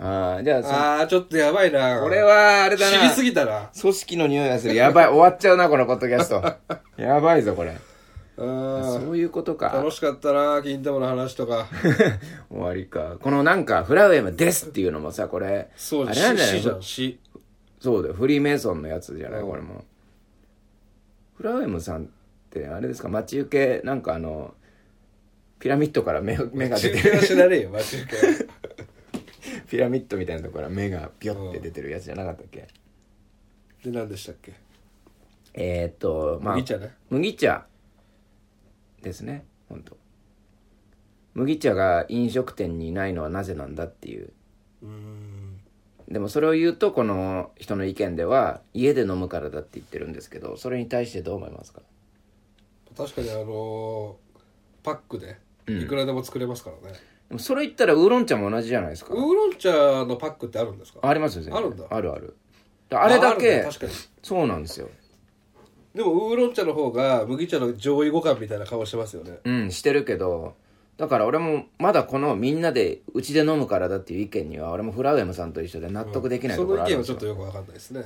Speaker 1: ああじゃあその
Speaker 2: ああちょっとやばいな
Speaker 1: これはあれだ
Speaker 2: 知り
Speaker 1: な
Speaker 2: すぎたな
Speaker 1: 組織の匂いがするやばい終わっちゃうなこのポッドキャス
Speaker 2: [LAUGHS]
Speaker 1: トやばいぞこれ
Speaker 2: うん
Speaker 1: そういうことか
Speaker 2: 楽しかったな金玉の話とか
Speaker 1: [LAUGHS] 終わりかこのなんかフラウエムですっていうのもさこれ
Speaker 2: そう
Speaker 1: あ
Speaker 2: で
Speaker 1: れ
Speaker 2: す
Speaker 1: なんじゃない
Speaker 2: 死じゃん死
Speaker 1: そうだよフリーメイソンのやつじゃないこれもフラウエムさんってあれですか待ち受けなんかあのピラミッドから目目が出て
Speaker 2: 中継
Speaker 1: る
Speaker 2: は知らねえよマジで
Speaker 1: ピラミッドみたいなところから目がピョって出てるやつじゃなかったっけ、
Speaker 2: で何でしたっけ
Speaker 1: えー、っとまあ
Speaker 2: 麦茶ね
Speaker 1: 麦茶ですねほんと麦茶が飲食店にないのはなぜなんだっていう
Speaker 2: うーん
Speaker 1: でもそれを言うとこの人の意見では家で飲むからだって言ってるんですけどそれに対してどう思いますか
Speaker 2: 確かにあのーパックでいくらでも作れますからね、
Speaker 1: でもそれ言ったらウーロン茶も同じじゃないですか
Speaker 2: ウーロン茶のパックってあるんですか
Speaker 1: ありますよ全然
Speaker 2: あるんだ
Speaker 1: あるあるあれだ
Speaker 2: あある
Speaker 1: け
Speaker 2: ね確かに
Speaker 1: そうなんですよ
Speaker 2: でもウーロン茶の方が麦茶の上位互換みたいな顔してますよね
Speaker 1: うんしてるけどだから俺もまだこのみんなでうちで飲むからだっていう意見には俺もフラウエムさんと一緒で納得できない
Speaker 2: そ
Speaker 1: ところ
Speaker 2: の
Speaker 1: あ
Speaker 2: 意
Speaker 1: るん
Speaker 2: 見は
Speaker 1: です
Speaker 2: ちょっ
Speaker 1: よ
Speaker 2: とよくわかんないですね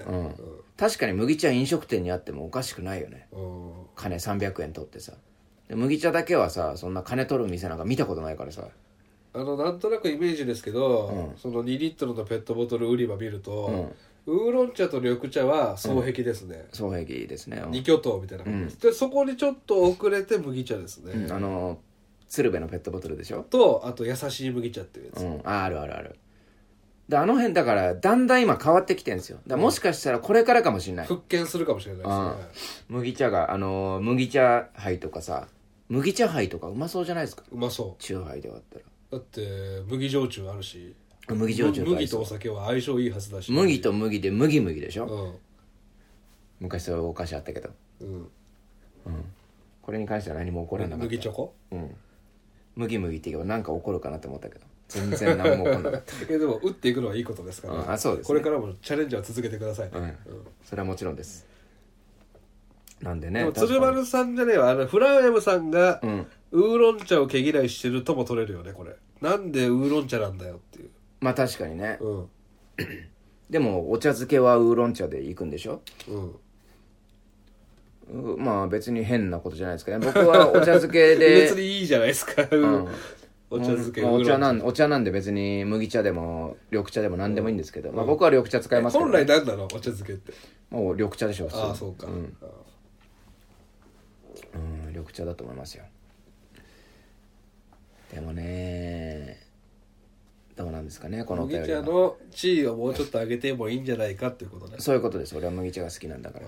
Speaker 1: 確かに麦茶飲食店にあってもおかしくないよね
Speaker 2: うん、うん
Speaker 1: 金300円取ってさで麦茶だけはさそんな金取る店なんか見たことないからさ
Speaker 2: あのなんとなくイメージですけど、その2リットルのペットボトル売り場見ると、ウーロン茶と緑茶は双璧ですね、
Speaker 1: 双璧ですね
Speaker 2: 二巨頭みたいな感じです、でそこにちょっと遅れて麦茶ですね、
Speaker 1: うんあの鶴瓶のペットボトルでしょ
Speaker 2: とあと優しい麦茶っていうやつ、
Speaker 1: うんああるあるあるであの辺だからだんだん今変わってきてるんですよだからもしかしたらこれからかもしれない
Speaker 2: 復権するかもしれないですね、
Speaker 1: 麦茶があのー麦茶杯とかさ麦茶杯とかうまそうじゃないですか
Speaker 2: うまそ
Speaker 1: チューハイで割ったら
Speaker 2: うだって麦焼酎あるし
Speaker 1: あ麦焼酎と合い
Speaker 2: 麦
Speaker 1: そう
Speaker 2: とお酒は相性いいはずだし
Speaker 1: 麦と麦で麦麦でしょ
Speaker 2: うん
Speaker 1: 昔そういうお菓子あったけど
Speaker 2: うん
Speaker 1: これに関しては何も起こらなかった
Speaker 2: 麦チョコ
Speaker 1: うん麦麦って言えば何か起こるかなって思ったけど全然何も起こんなか
Speaker 2: [LAUGHS]
Speaker 1: っ
Speaker 2: えでも打っていくのはいいことですから、
Speaker 1: うんあそうですね
Speaker 2: これからもチャレンジは続けてくださいね、
Speaker 1: た、うん、それはもちろんですなんで
Speaker 2: で
Speaker 1: ね
Speaker 2: も鶴丸さんじゃねえわあのフラウエムさんが、
Speaker 1: ん
Speaker 2: ウーロン茶を毛嫌いしてるとも取れるよねこれなんでウーロン茶なんだよっていう
Speaker 1: まあ確かにね
Speaker 2: うん
Speaker 1: でもお茶漬けはウーロン茶で行くんでしょ
Speaker 2: うん
Speaker 1: うまあ別に変なことじゃないですかね僕はお茶漬けで
Speaker 2: [LAUGHS] 別にいいじゃないですか、うんお茶漬け、
Speaker 1: まあ
Speaker 2: ウーロ
Speaker 1: お
Speaker 2: ン
Speaker 1: 茶なんお茶なんで別に麦茶でも緑茶でも何でもいいんですけど、まあ、僕は緑茶使いますけど、
Speaker 2: 本来なんなのお茶漬けって
Speaker 1: もう緑茶でしょ普通
Speaker 2: ああそうか、あ
Speaker 1: うん緑茶だと思いますよでもねどうなんですかねこ
Speaker 2: あ
Speaker 1: のお便
Speaker 2: 麦
Speaker 1: りは
Speaker 2: 茶の地位をもうちょっと上げてもいいんじゃないかっていうことね
Speaker 1: そういうことです俺は麦茶が好きなんだから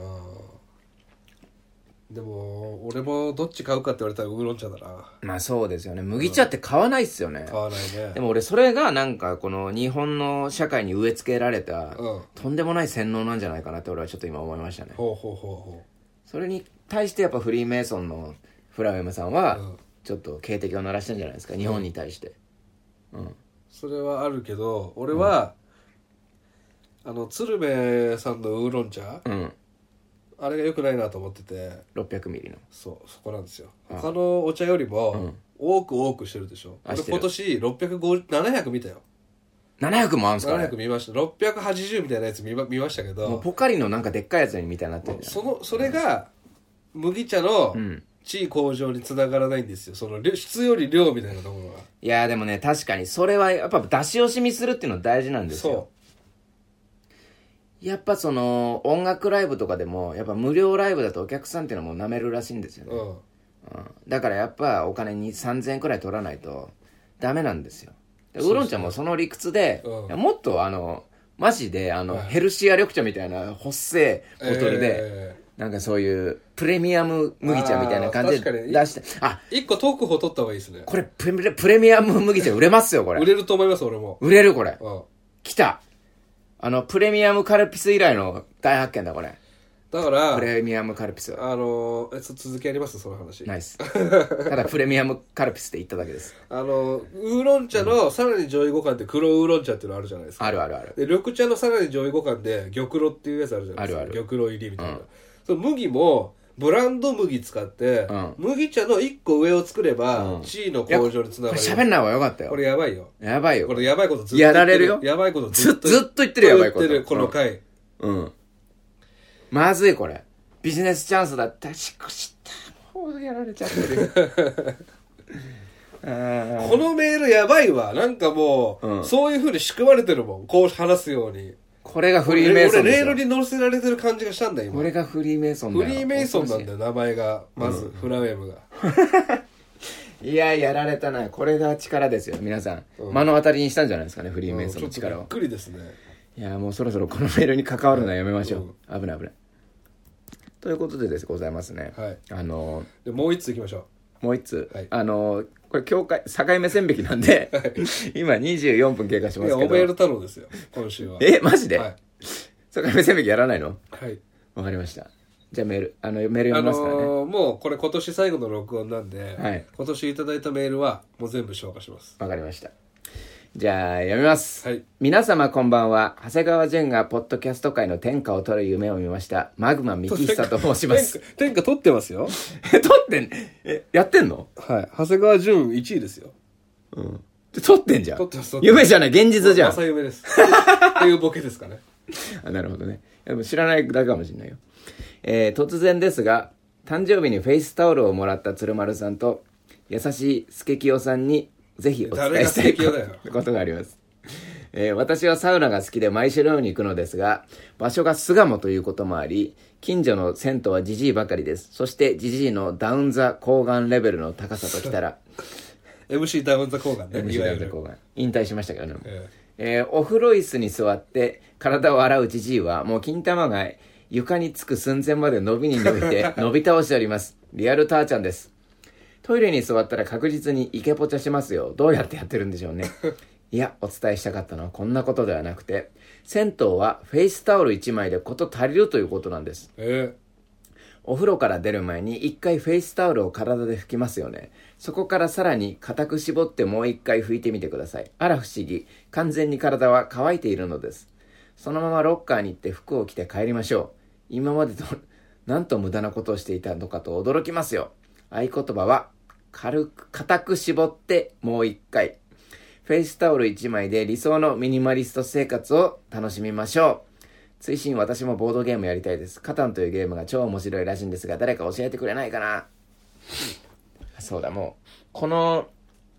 Speaker 2: でも俺もどっち買うかって言われたらウーロン茶だな
Speaker 1: まあそうですよね麦茶って買わないっすよね、
Speaker 2: 買わないね
Speaker 1: でも俺それがなんかこの日本の社会に植え付けられた、
Speaker 2: うん
Speaker 1: とんでもない洗脳なんじゃないかなって俺はちょっと今思いましたね
Speaker 2: ほうほうほ
Speaker 1: それに対してやっぱフリーメイソンのフラウエムさんは
Speaker 2: うん
Speaker 1: ちょっと警笛を鳴らしたんじゃないですか日本に対して
Speaker 2: うそれはあるけど俺は、あの鶴瓶さんのウーロン茶
Speaker 1: うん
Speaker 2: あれが良くないなと思ってて
Speaker 1: 600ミリの
Speaker 2: そうそこなんですよ他のお茶よりも多く多くしてるでしょ、
Speaker 1: あ
Speaker 2: 俺
Speaker 1: してる
Speaker 2: 今年650 700見たよ
Speaker 1: 700もあるんすかね
Speaker 2: 700見ました680みたいなやつ見ま見ましたけ
Speaker 1: もう
Speaker 2: ど
Speaker 1: ポカリのなんかでっかいやつにみたいになってるじ
Speaker 2: そのそれが麦茶の
Speaker 1: ん
Speaker 2: 地位向上につながらないんですよその量質より量みたいなところが
Speaker 1: ゃんいやーでもね確かにそれはやっぱ出し惜しみするっていうの大事なんですよ
Speaker 2: そ
Speaker 1: やっぱその音楽ライブとかでもやっぱ無料ライブだとお客さんっていうのも舐めるらしいんですよ
Speaker 2: う
Speaker 1: ね、
Speaker 2: うん
Speaker 1: うん、だからやっぱお金に3000円くらい取らないとダメなんですよでウーロン茶もその理屈で、
Speaker 2: うん
Speaker 1: いやもっとあのマジであの、ヘルシア緑茶みたいな細いボトルで、
Speaker 2: え
Speaker 1: なんかそういうプレミアム麦茶みたいな感じ
Speaker 2: あー確か
Speaker 1: で
Speaker 2: に
Speaker 1: 出してあ
Speaker 2: ー一個トークを取った方がいいですね
Speaker 1: これプレプレミアム麦茶売れますよこれ
Speaker 2: 売れると思います俺も
Speaker 1: 売れるこれ
Speaker 2: うん
Speaker 1: 来たあのプレミアムカルピス以来の大発見だこれ
Speaker 2: だから
Speaker 1: プレミアムカルピス
Speaker 2: あのーえつ続きありますその話
Speaker 1: ナイスただプレミアムカルピスって言っただけです
Speaker 2: あのーウーロン茶のさらに上位互換って黒ウーロン茶っていうのあるじゃないですか
Speaker 1: あるあるある
Speaker 2: で緑茶のさらに上位互換で玉露っていうやつあるじゃないですか
Speaker 1: あるある
Speaker 2: 玉露入りみたいな、その麦もブランド麦使って、
Speaker 1: うん
Speaker 2: 麦茶の一個上を作れば、
Speaker 1: うん
Speaker 2: 地位の向上につなが
Speaker 1: こ
Speaker 2: る
Speaker 1: れ喋んない方がよかった
Speaker 2: こ
Speaker 1: よ
Speaker 2: れやばいよ
Speaker 1: やばいよ
Speaker 2: こ
Speaker 1: こ
Speaker 2: れ
Speaker 1: れ
Speaker 2: やばいことずっと言って
Speaker 1: やられるよ
Speaker 2: やばいこと
Speaker 1: ず
Speaker 2: ず
Speaker 1: っ
Speaker 2: っと
Speaker 1: ずっと言ってるよやばい
Speaker 2: 言っ
Speaker 1: こ
Speaker 2: て
Speaker 1: と
Speaker 2: るこの回、
Speaker 1: うんまずいこれビジネスチャンスだったしこしたもうやられちゃってる
Speaker 2: [LAUGHS]
Speaker 1: あー
Speaker 2: このメールやばいわなんかもう、
Speaker 1: うん
Speaker 2: そういうふうに仕組まれてるもんこう話すように
Speaker 1: これがフリーメ
Speaker 2: 俺
Speaker 1: イソンで
Speaker 2: レ
Speaker 1: す
Speaker 2: ール
Speaker 1: よ
Speaker 2: に乗せられてる感じがしたんだよ
Speaker 1: こ
Speaker 2: 今
Speaker 1: れがフリーメイソンだ
Speaker 2: フ
Speaker 1: よ
Speaker 2: リーメイソンなんだよ名前がまず、フラウェムが
Speaker 1: いややられたなこれが力ですよ皆さん、目の当たりにしたんじゃないですかねフリーメイソン
Speaker 2: ちょ
Speaker 1: の
Speaker 2: っとび
Speaker 1: 力を
Speaker 2: っ、くりですね
Speaker 1: いやもうそろそろこのメールに関わるのはやめましょう、危ない危ないということでですございますね、
Speaker 2: はい
Speaker 1: あの
Speaker 2: でもう一ついきましょう
Speaker 1: もう一つ、
Speaker 2: はい
Speaker 1: あのーこれ境界境目線引きなんで、今24分経過し
Speaker 2: い
Speaker 1: ま
Speaker 2: や
Speaker 1: すけ
Speaker 2: オベール
Speaker 1: ど
Speaker 2: 太郎ですよ今週は
Speaker 1: えマジで、
Speaker 2: はい、
Speaker 1: 境目線引きやらないの
Speaker 2: はい、
Speaker 1: わかりましたじゃあメールあのメール読み
Speaker 2: あの
Speaker 1: ますからね、
Speaker 2: ーもうこれ今年最後の録音なんで、
Speaker 1: はい
Speaker 2: 今年いただいたメールはもう全部消化します
Speaker 1: わかりました。じゃあ、読みます。
Speaker 2: はい
Speaker 1: 皆様こんばんは。長谷川淳がポッドキャスト界の天下を取る夢を見ました。マグマ幹久と申します。
Speaker 2: 天下天下取ってますよ
Speaker 1: 取ってん、え、やってんの
Speaker 2: はい長谷川潤1位ですよ
Speaker 1: 取ってんじゃん。
Speaker 2: 撮ってます撮ってます
Speaker 1: 夢じゃない、現実じゃん。
Speaker 2: 正夢で
Speaker 1: [LAUGHS]
Speaker 2: すっていうボケですかね
Speaker 1: あなるほどね。でも知らないだけかもしれないよ。えー突然ですが、誕生日にフェイスタオルをもらった鶴丸さんと、優しいスケキヨさんに、ぜひお伝えしたいこ
Speaker 2: 誰がスケキヨだよ
Speaker 1: ことがあります。えー私はサウナが好きで毎週のように行くのですが、場所が巣鴨ということもあり、近所の銭湯はジジイばかりです。そしてジジイのダウンザ抗がんレベルの高さときた
Speaker 2: [LAUGHS]
Speaker 1: ら、
Speaker 2: MC ダウンザコーガンねい
Speaker 1: MC
Speaker 2: わ
Speaker 1: ダウ
Speaker 2: ゆ
Speaker 1: ンザ
Speaker 2: る
Speaker 1: 抗がん。引退しましたけどね。
Speaker 2: え
Speaker 1: えーお風呂椅子に座って体を洗うじじいはもう金玉が床につく寸前まで伸びに伸びて [LAUGHS] 伸び倒しておりますリアルターちゃんですトイレに座ったら確実にイケポチャしますよどうやってやってるんでしょう [LAUGHS] ねいやお伝えしたかったのはこんなことではなくて銭湯はフェイスタオル1枚で事足りるということなんです
Speaker 2: ええ
Speaker 1: お風呂から出る前に一回フェイスタオルを体で拭きますよね。そこからさらに固く絞ってもう一回拭いてみてください。あら不思議。完全に体は乾いているのです。そのままロッカーに行って服を着て帰りましょう。今までと [LAUGHS] なんと無駄なことをしていたのかと驚きますよ。合言葉は、軽く、固く絞ってもう一回。フェイスタオル1枚で理想のミニマリスト生活を楽しみましょう。追伸私もボードゲームやりたいです。カタンというゲームが超面白いらしいんですが、誰か教えてくれないかなそうだ、もう、この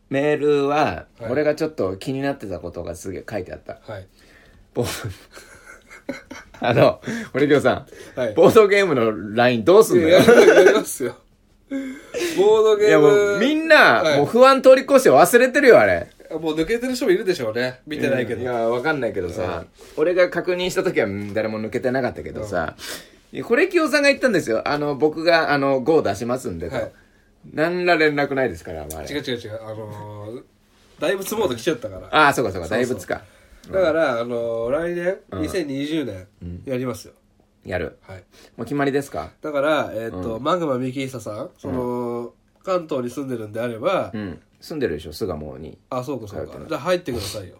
Speaker 1: メールは、
Speaker 2: はい
Speaker 1: 俺がちょっと気になってたことがすげえ書いてあった。
Speaker 2: はい
Speaker 1: ボー [LAUGHS] あの、堀京さん、
Speaker 2: はい
Speaker 1: ボードゲームの LINE どうすんの
Speaker 2: いや
Speaker 1: よ
Speaker 2: や。りやりますよボード
Speaker 1: い
Speaker 2: ゲ
Speaker 1: や
Speaker 2: ー
Speaker 1: も
Speaker 2: ム
Speaker 1: うみんな、
Speaker 2: はい
Speaker 1: もう不安通り越して忘れてるよ、あれ。
Speaker 2: もう抜けてる人もいるでしょうね見てないけど、
Speaker 1: いや、わかんないけどさ、俺が確認した時はうん誰も抜けてなかったけどさ、いやこれ清さんが言ったんですよ。あの、僕が、あの、5出しますんでと。
Speaker 2: はい
Speaker 1: 何ら連絡ないですから、まあ、あ
Speaker 2: 違
Speaker 1: れ。
Speaker 2: う違う違うあのー、大仏モード来ちゃったから
Speaker 1: ああ、そうかそうか、大仏か。
Speaker 2: だから、あのー来年、2020年やりますよ、
Speaker 1: やる。
Speaker 2: はい
Speaker 1: もう決まりですか
Speaker 2: だからえっ、と、マグマ幹久さんその、関東に住んでるんであれば、
Speaker 1: うん。住んでるでしょ、巣鴨に。
Speaker 2: あそうかそ
Speaker 1: 通っ
Speaker 2: う
Speaker 1: て
Speaker 2: か
Speaker 1: ない
Speaker 2: じゃあ入ってくださいよ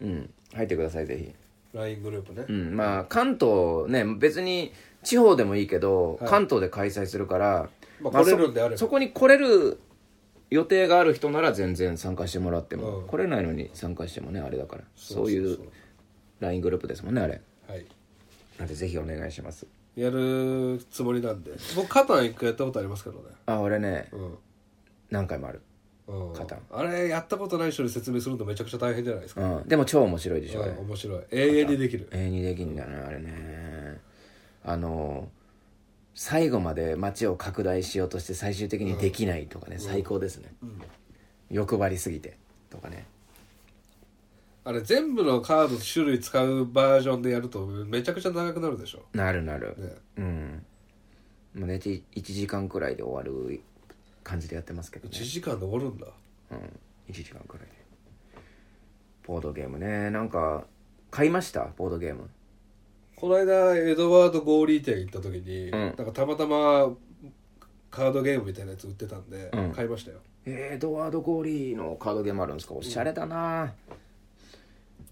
Speaker 1: うん。入ってください、ぜひ。
Speaker 2: LINE グループね、
Speaker 1: うん、まあ関東ね別に地方でもいいけど、関東で開催するから、
Speaker 2: まあ
Speaker 1: そ
Speaker 2: 来れるんであれば
Speaker 1: そこに来れる予定がある人なら全然参加してもらっても、
Speaker 2: うん
Speaker 1: 来れないのに参加してもねあれだからそう
Speaker 2: そそう
Speaker 1: う
Speaker 2: そう
Speaker 1: いう LINE グループですもんねあれ
Speaker 2: はい
Speaker 1: なんでぜひお願いします
Speaker 2: やるつもりなんで僕カタン一回やったことありますけどね
Speaker 1: あ俺ね
Speaker 2: う
Speaker 1: 何回もある、
Speaker 2: ん、うん、
Speaker 1: カタン
Speaker 2: あれやったことない人に説明するのめちゃくちゃ大変じゃないですか、
Speaker 1: うん、でも超面白いでしょ、あ
Speaker 2: う
Speaker 1: れ
Speaker 2: ん面白い永遠にできる
Speaker 1: 永遠にできんだよねあれねあの最後まで街を拡大しようとして最終的にできないとかね、最高ですね、欲張りすぎてとかね
Speaker 2: あれ全部のカード種類使うバージョンでやるとめちゃくちゃ長くなるでしょ
Speaker 1: なるなる、
Speaker 2: ね
Speaker 1: うんもう大体1時間くらいで終わる感じでやってますけどね
Speaker 2: 1時間で終わるんだ
Speaker 1: うん1時間くらいでボードゲームねなんか買いましたボードゲーム
Speaker 2: この間エドワード・ゴーリー店行った時に、なんかたまたまカードゲームみたいなやつ売ってたんで、買いましたよ
Speaker 1: えーエドワード・ゴーリーのカードゲームあるんですかおしゃれだな、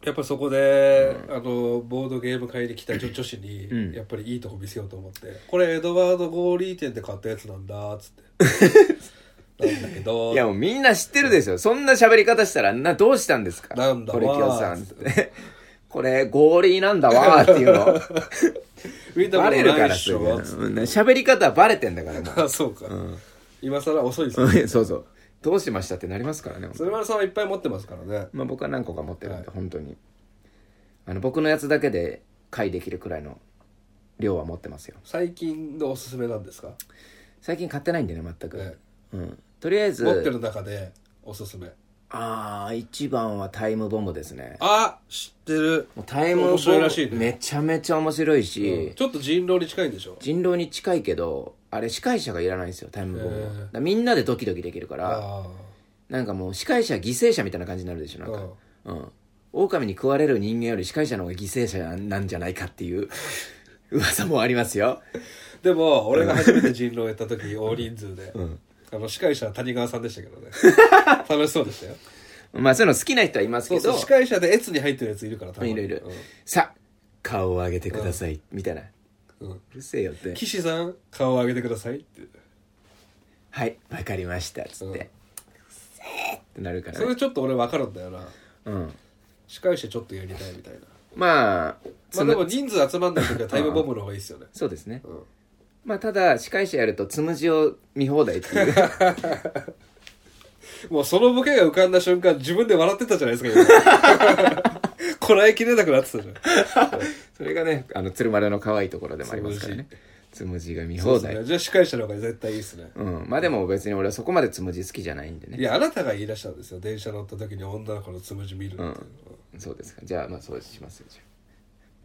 Speaker 2: やっぱりそこで、あのボードゲーム買いに来た女女子に、やっぱりいいとこ見せようと思って [LAUGHS] これエドワード・ゴーリー店で買ったやつなんだっつってなんだけど
Speaker 1: いやもうみんな知ってるでしょ。そんな喋り方したら、な、どうしたんですか
Speaker 2: なんだわ
Speaker 1: これ、
Speaker 2: ー
Speaker 1: 清さんって。 [LAUGHS] これ、合理なんだわーっていう
Speaker 2: [LAUGHS]
Speaker 1: の。
Speaker 2: 見たこ
Speaker 1: バ
Speaker 2: と
Speaker 1: レるか
Speaker 2: ないっ
Speaker 1: らす
Speaker 2: し
Speaker 1: ぐ。
Speaker 2: ょ
Speaker 1: うん喋り方はバレてんだからも
Speaker 2: あそうか、今更遅いですね
Speaker 1: う。そう [LAUGHS] そう。どうしましたってなりますからね。
Speaker 2: 鶴丸さんはいっぱい持ってますからね
Speaker 1: まあ僕は何個か持ってるんで、本当に。あの、僕のやつだけで買いできるくらいの量は持ってますよ。
Speaker 2: 最近のおすすめなんですか、
Speaker 1: 最近買ってないんでね、全
Speaker 2: ね
Speaker 1: く。うん。とりあえ
Speaker 2: 持って
Speaker 1: ず、
Speaker 2: る中でおすすめ
Speaker 1: ああ一番はタイムボムですね
Speaker 2: あ知ってる
Speaker 1: もうタイムボ
Speaker 2: 面白い
Speaker 1: ム
Speaker 2: らしいね
Speaker 1: めちゃめちゃ面白いし、
Speaker 2: ちょっと人狼に近いんでしょ
Speaker 1: 人狼に近いけどあれ司会者がいらないんですよタイムボムは、だ
Speaker 2: へー
Speaker 1: からみんなでドキドキできるから
Speaker 2: あ
Speaker 1: なんかもう司会者は犠牲者みたいな感じになるでしょなんかうん狼に食われる人間より司会者の方が犠牲者なんじゃないかっていう [LAUGHS] 噂もありますよ
Speaker 2: ーでも俺が初めて人狼やった時 [LAUGHS] 大人数で、あの司会者は谷川さんでしたけど [LAUGHS] ね楽しそうでしたよ
Speaker 1: まあそういうの好きな人はいます
Speaker 2: そう
Speaker 1: け
Speaker 2: そ
Speaker 1: ど
Speaker 2: う司会者で越に入ってるやついるからたまに
Speaker 1: いろいろ、
Speaker 2: うん
Speaker 1: さあ顔を上げてください、みたいな
Speaker 2: うん
Speaker 1: うるせえよって
Speaker 2: 岸さん顔を上げてくださいって
Speaker 1: はいわかりましたつって、
Speaker 2: うん
Speaker 1: うっせーってなるから
Speaker 2: そ
Speaker 1: ね、
Speaker 2: れちょっと俺分かるんだよな
Speaker 1: うん
Speaker 2: 司会者ちょっとやりたいみたいな
Speaker 1: まあ
Speaker 2: ま
Speaker 1: そ
Speaker 2: あ
Speaker 1: の
Speaker 2: でも人数集まんない時はタイムボムの方がいいですよね
Speaker 1: そうですね
Speaker 2: うん
Speaker 1: まあただ司会者やるとつむじを見放題っていう
Speaker 2: もうそのボケが浮かんだ瞬間自分で笑ってたじゃないですか今こらえきれなくなってたじゃん
Speaker 1: [LAUGHS] それがねあの鶴丸の可愛いところでもありますからねつむじが見
Speaker 2: そう
Speaker 1: 放
Speaker 2: です
Speaker 1: 題
Speaker 2: ねじゃあ司会者の方が絶対いいですね
Speaker 1: うんまあでも別に俺はそこまでつむじ好きじゃないんで
Speaker 2: い
Speaker 1: ね
Speaker 2: やあなたが言い出したんですよ電車乗った時に女の子のつむじ見るっていうのは
Speaker 1: そうですかじゃあまあそうしますよじ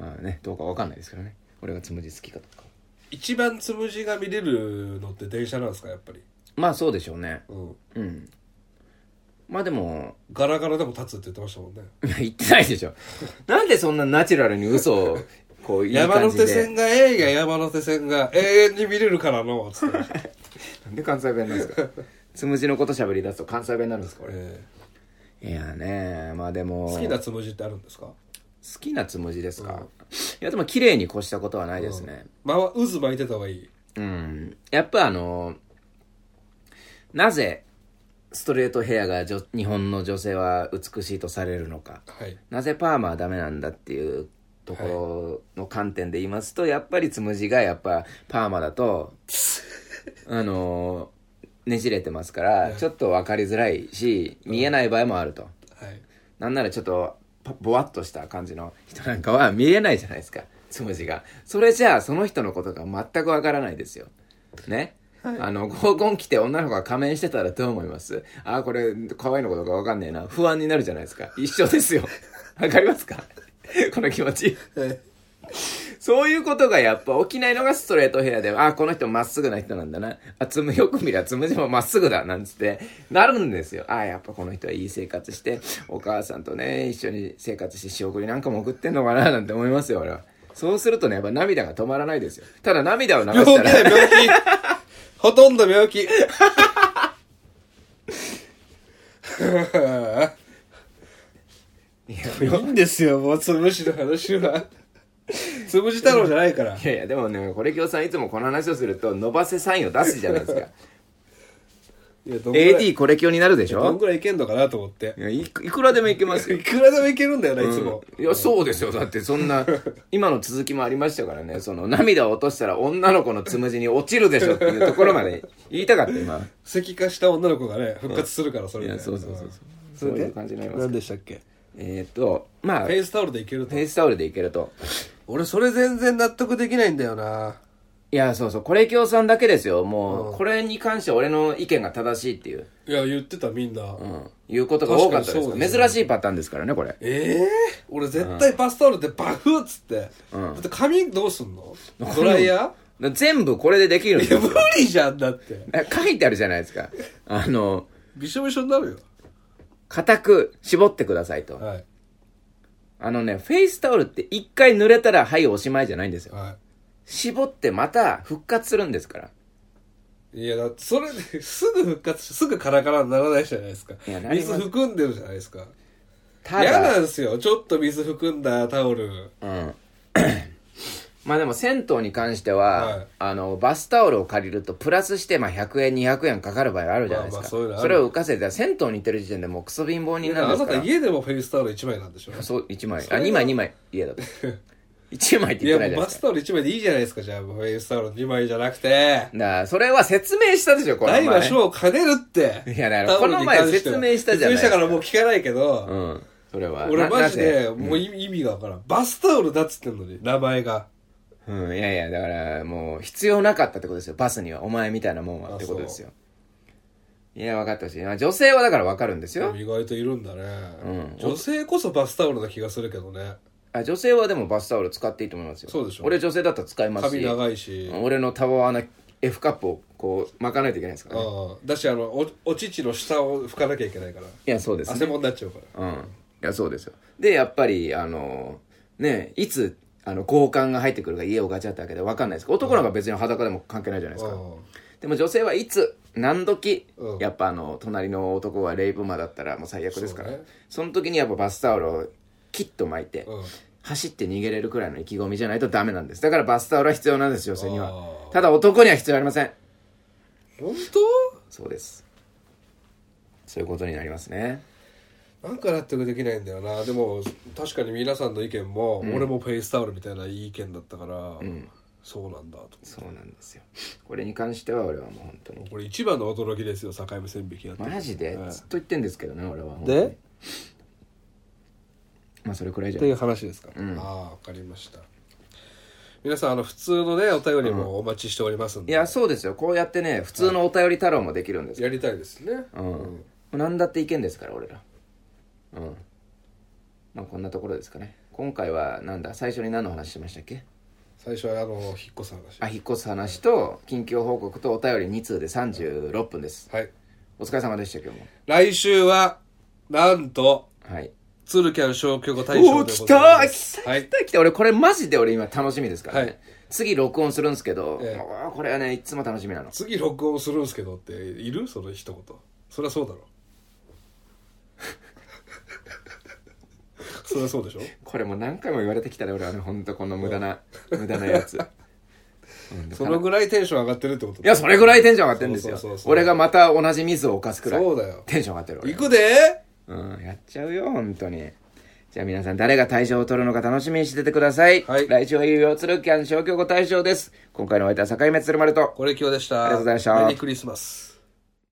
Speaker 1: ゃあまあねどうかわかんないですからね俺がつむじ好きかとか
Speaker 2: 一番つむじが見れるのって電車なんですかやっぱり
Speaker 1: まあそうでしょうね
Speaker 2: うん
Speaker 1: うんまあでも
Speaker 2: ガラガラでも立つって言ってましたもんね
Speaker 1: 言ってないでし [LAUGHS] ょなんでそんなナチュラルに嘘をこういい
Speaker 2: 山
Speaker 1: 感じ
Speaker 2: 手
Speaker 1: で
Speaker 2: 線がええや山手線が永遠に見れるからのつってました、
Speaker 1: なんで関西弁なんですか [LAUGHS] つむじのこと喋り出すと関西弁になるんですか俺
Speaker 2: え
Speaker 1: いやねまあでも
Speaker 2: え好きなつむじってあるんですか
Speaker 1: 好きなつむじですか、
Speaker 2: うん
Speaker 1: いやでも綺麗に越したことはないですね
Speaker 2: まあ渦巻いてた方がいい
Speaker 1: うん、やっぱあのなぜストレートヘアが女日本の女性は美しいとされるのか
Speaker 2: はい
Speaker 1: なぜパーマはダメなんだっていうところの観点で言いますと、やっぱりつむじがやっぱパーマだ [LAUGHS] とあのねじれてますからちょっと分かりづらいし見えない場合もあると、
Speaker 2: はい
Speaker 1: なんならちょっとパぼわっとした感じの人なんかは見えないじゃないですかつむじがそれじゃあその人のことが全くわからないですよね、あの合コン来て女の子が仮面してたらどう思いますああこれ可愛いのことかわかんねえな不安になるじゃないですか一緒ですよわかりますかこの気持ちそういうことがやっぱ起きないのがストレートヘアで、あー、この人まっすぐな人なんだな。あ、つむ、よく見りゃつむじもまっすぐだ、なんつって、なるんですよ。あー、やっぱこの人はいい生活して、お母さんとね、一緒に生活して仕送りなんかも送ってんのかな、なんて思いますよ、俺は。そうするとね、やっぱ涙が止まらないですよ。ただ涙を流
Speaker 2: 病気
Speaker 1: したら、
Speaker 2: だよ病気ほとんど [LAUGHS] 病気
Speaker 1: いや
Speaker 2: いいんですよもうつむじの話はつむじ太郎じゃないから
Speaker 1: いやいや、でもね、これきょうさんいつもこの話をすると、伸ばせサインを出すじゃないですか。
Speaker 2: いやどんぐらい
Speaker 1: AD これきょうになるでし
Speaker 2: どん
Speaker 1: ょ
Speaker 2: ぐらいいけんのかなと思って
Speaker 1: いやいくいくらでもいけますよ
Speaker 2: い。くらでもいけるんだよないつも、
Speaker 1: いやそうですよだってそんな今の続きもありましたからねその涙を落としたら女の子のつむじに落ちるでしょっていうところまで言いたかった今
Speaker 2: 石化した女の子がね復活するからそれ
Speaker 1: い
Speaker 2: で、
Speaker 1: やそうそうそうそうそう
Speaker 2: れで
Speaker 1: いう感じになります
Speaker 2: 何でしたっけ
Speaker 1: えーっとまあ
Speaker 2: フ
Speaker 1: フ
Speaker 2: ェイスタオルでいけると
Speaker 1: ェイスタオルでいけると
Speaker 2: 俺それ全然納得できないんだよない
Speaker 1: やそうそうこれ京さんだけですよも
Speaker 2: う
Speaker 1: うんこれに関して俺の意見が正しいっていう、
Speaker 2: いや言ってたみんな、
Speaker 1: うん、いうことが多かったです
Speaker 2: 確かにそうですね
Speaker 1: 珍しいパターンですからねこれ
Speaker 2: ええ俺絶対バスタオルでバフッつって、だって髪どうすんのドライヤ
Speaker 1: 全部これでできるんで
Speaker 2: ーい
Speaker 1: す
Speaker 2: や
Speaker 1: よ
Speaker 2: 無理じゃんだって
Speaker 1: 書いてあるじゃないですかあの
Speaker 2: びしょびしょになるよ
Speaker 1: 固く絞ってくださいと
Speaker 2: はい
Speaker 1: あのね、フェイスタオルって一回濡れたら、はい、おしまいじゃないんですよ。
Speaker 2: は
Speaker 1: 絞ってまた復活するんですから。
Speaker 2: いいやだってそれですぐ復活しすぐカラカラにならないじゃないですか
Speaker 1: いやなります
Speaker 2: 水含んでるじゃないですか
Speaker 1: た
Speaker 2: 嫌な
Speaker 1: だ、
Speaker 2: んですよちょっと水含んだタオル
Speaker 1: うん。 [COUGHS] まあでも銭湯に関しては、
Speaker 2: はい
Speaker 1: あの、バスタオルを借りると、プラスして、まあ100円、200円かかる場合あるじゃないですか。
Speaker 2: まあまあそういうのある
Speaker 1: れを浮かせて、銭湯に行ってる時点でもうクソ貧乏
Speaker 2: い
Speaker 1: 人
Speaker 2: や
Speaker 1: なん
Speaker 2: あ
Speaker 1: です
Speaker 2: な
Speaker 1: か
Speaker 2: た
Speaker 1: ら。
Speaker 2: 家でもフェイスタオル1枚なんでしょ
Speaker 1: そう、1枚。
Speaker 2: そ
Speaker 1: あ、
Speaker 2: れは
Speaker 1: 2枚、2枚。家
Speaker 2: [LAUGHS]
Speaker 1: だと。1枚って
Speaker 2: い
Speaker 1: 言ってないじ
Speaker 2: やもう
Speaker 1: ゃない
Speaker 2: バ
Speaker 1: です
Speaker 2: ス
Speaker 1: か。
Speaker 2: タオル1枚でいいじゃないですかじゃあフェイスタオル2枚じゃなくて
Speaker 1: だからそれは説明したでしょ、この
Speaker 2: 大
Speaker 1: 前。
Speaker 2: は小を兼ねるって
Speaker 1: いやだからこの前
Speaker 2: タオルに関しては
Speaker 1: 説明したじゃないですか
Speaker 2: 説明したからもう聞かないけど、
Speaker 1: うん。それは。
Speaker 2: 俺
Speaker 1: な
Speaker 2: マジ
Speaker 1: な
Speaker 2: で
Speaker 1: ぜ
Speaker 2: もう意味意味がわからんバスタオルだっつってんのに名前が
Speaker 1: うん、いやいや、だからもう必要なかったってことですよ。バスには、お前みたいなもんはってことですよ。いや、分かってほしい。まあ女性はだから分かるんですよ。
Speaker 2: 意外といるんだね、
Speaker 1: うん
Speaker 2: 女性こそバスタオルな気がするけどね
Speaker 1: あ女性はでもバスタオル使っていいと思いますよ。
Speaker 2: そうでしょ
Speaker 1: 俺女性だったら使いますし。
Speaker 2: 髪長いし、
Speaker 1: 俺のたわわな F カップをこう巻かないといけないですからね
Speaker 2: ああだしあのおお乳の下を拭かなきゃいけないから
Speaker 1: いやそうです、
Speaker 2: 汗
Speaker 1: ね、
Speaker 2: もんになっちゃうから
Speaker 1: うんいやそうですよでやっぱりあのねいつあの交換が入ってくるか家をガチャって開けて分かんないですけど男なんか別に裸でも関係ないじゃないですかでも女性はいつ何時、
Speaker 2: うん
Speaker 1: やっぱあの隣の男はレイプマだったらもう最悪ですからそ,、
Speaker 2: そうね
Speaker 1: の時にやっぱバスタオルをキッと巻いて、
Speaker 2: うん、うん
Speaker 1: 走って逃げれるくらいの意気込みじゃないとダメなんですだからバスタオルは必要なんです女性に
Speaker 2: あ
Speaker 1: は
Speaker 2: ー
Speaker 1: ただ男には必要ありません
Speaker 2: 本
Speaker 1: そうですそういうことになりますね
Speaker 2: 当なんか納得できないんだよなでも確かに皆さんの意見も、俺もフェイスタオルみたいないい意見だったから、そうなんだと
Speaker 1: そうなんですよこれに関しては俺はもう本当に
Speaker 2: これ一番の驚きですよ境目線引きやって
Speaker 1: マジで
Speaker 2: はい
Speaker 1: ずっと言ってんですけどね俺は本当に
Speaker 2: で
Speaker 1: まあそれくらいじゃ
Speaker 2: と
Speaker 1: ないいう
Speaker 2: 話ですか、ああわかりました皆さんあの普通のねお便りもお待ちしておりますん
Speaker 1: い
Speaker 2: で、
Speaker 1: やそうですよこうやってね普通のお便り太郎もできるんですよ
Speaker 2: やりたいですね、
Speaker 1: うん何だって意見ですから俺らうんまあこんなところですかね今回はなんだ最初に何の話しましたっけ
Speaker 2: 最初はあの引っ越す話
Speaker 1: あ引っ越す話と近況報告とお便り2通で36分です
Speaker 2: はい
Speaker 1: お疲れ様でした今日も
Speaker 2: 来週はなんと
Speaker 1: はい
Speaker 2: ツルキャン消去後大
Speaker 1: お
Speaker 2: 賞
Speaker 1: お
Speaker 2: で
Speaker 1: 来
Speaker 2: ご
Speaker 1: た
Speaker 2: ざいま
Speaker 1: ー
Speaker 2: す
Speaker 1: 来た
Speaker 2: は
Speaker 1: 来
Speaker 2: い
Speaker 1: た来た俺これマジで俺今楽しみですから
Speaker 2: は
Speaker 1: ね
Speaker 2: い
Speaker 1: 次録音するんですけど
Speaker 2: ええ
Speaker 1: おーこれはねいつも楽しみなの
Speaker 2: 次録音するんですけどっているその一言そりゃそうだろ [LAUGHS] そりゃそうでしょ
Speaker 1: これもう何回も言われてきたね俺はね本当この無駄な無駄なやつうん
Speaker 2: そのぐらいテンション上がってるってこと
Speaker 1: いやそれぐらいテンション上がってるんですよ
Speaker 2: そうそうそうそう
Speaker 1: 俺がまた同じミスを犯すくらい
Speaker 2: そうだよ
Speaker 1: テンション上がってる俺
Speaker 2: 行くで
Speaker 1: うん、やっちゃうよ、本当に。じゃあ皆さん、誰が大賞を取るのか楽しみにしててください。
Speaker 2: はい
Speaker 1: 来週は有料鶴キャン消去後大賞です。今回のお相手は境目鶴丸と。
Speaker 2: これ今日でした
Speaker 1: ありがとうございました
Speaker 2: メリークリスマス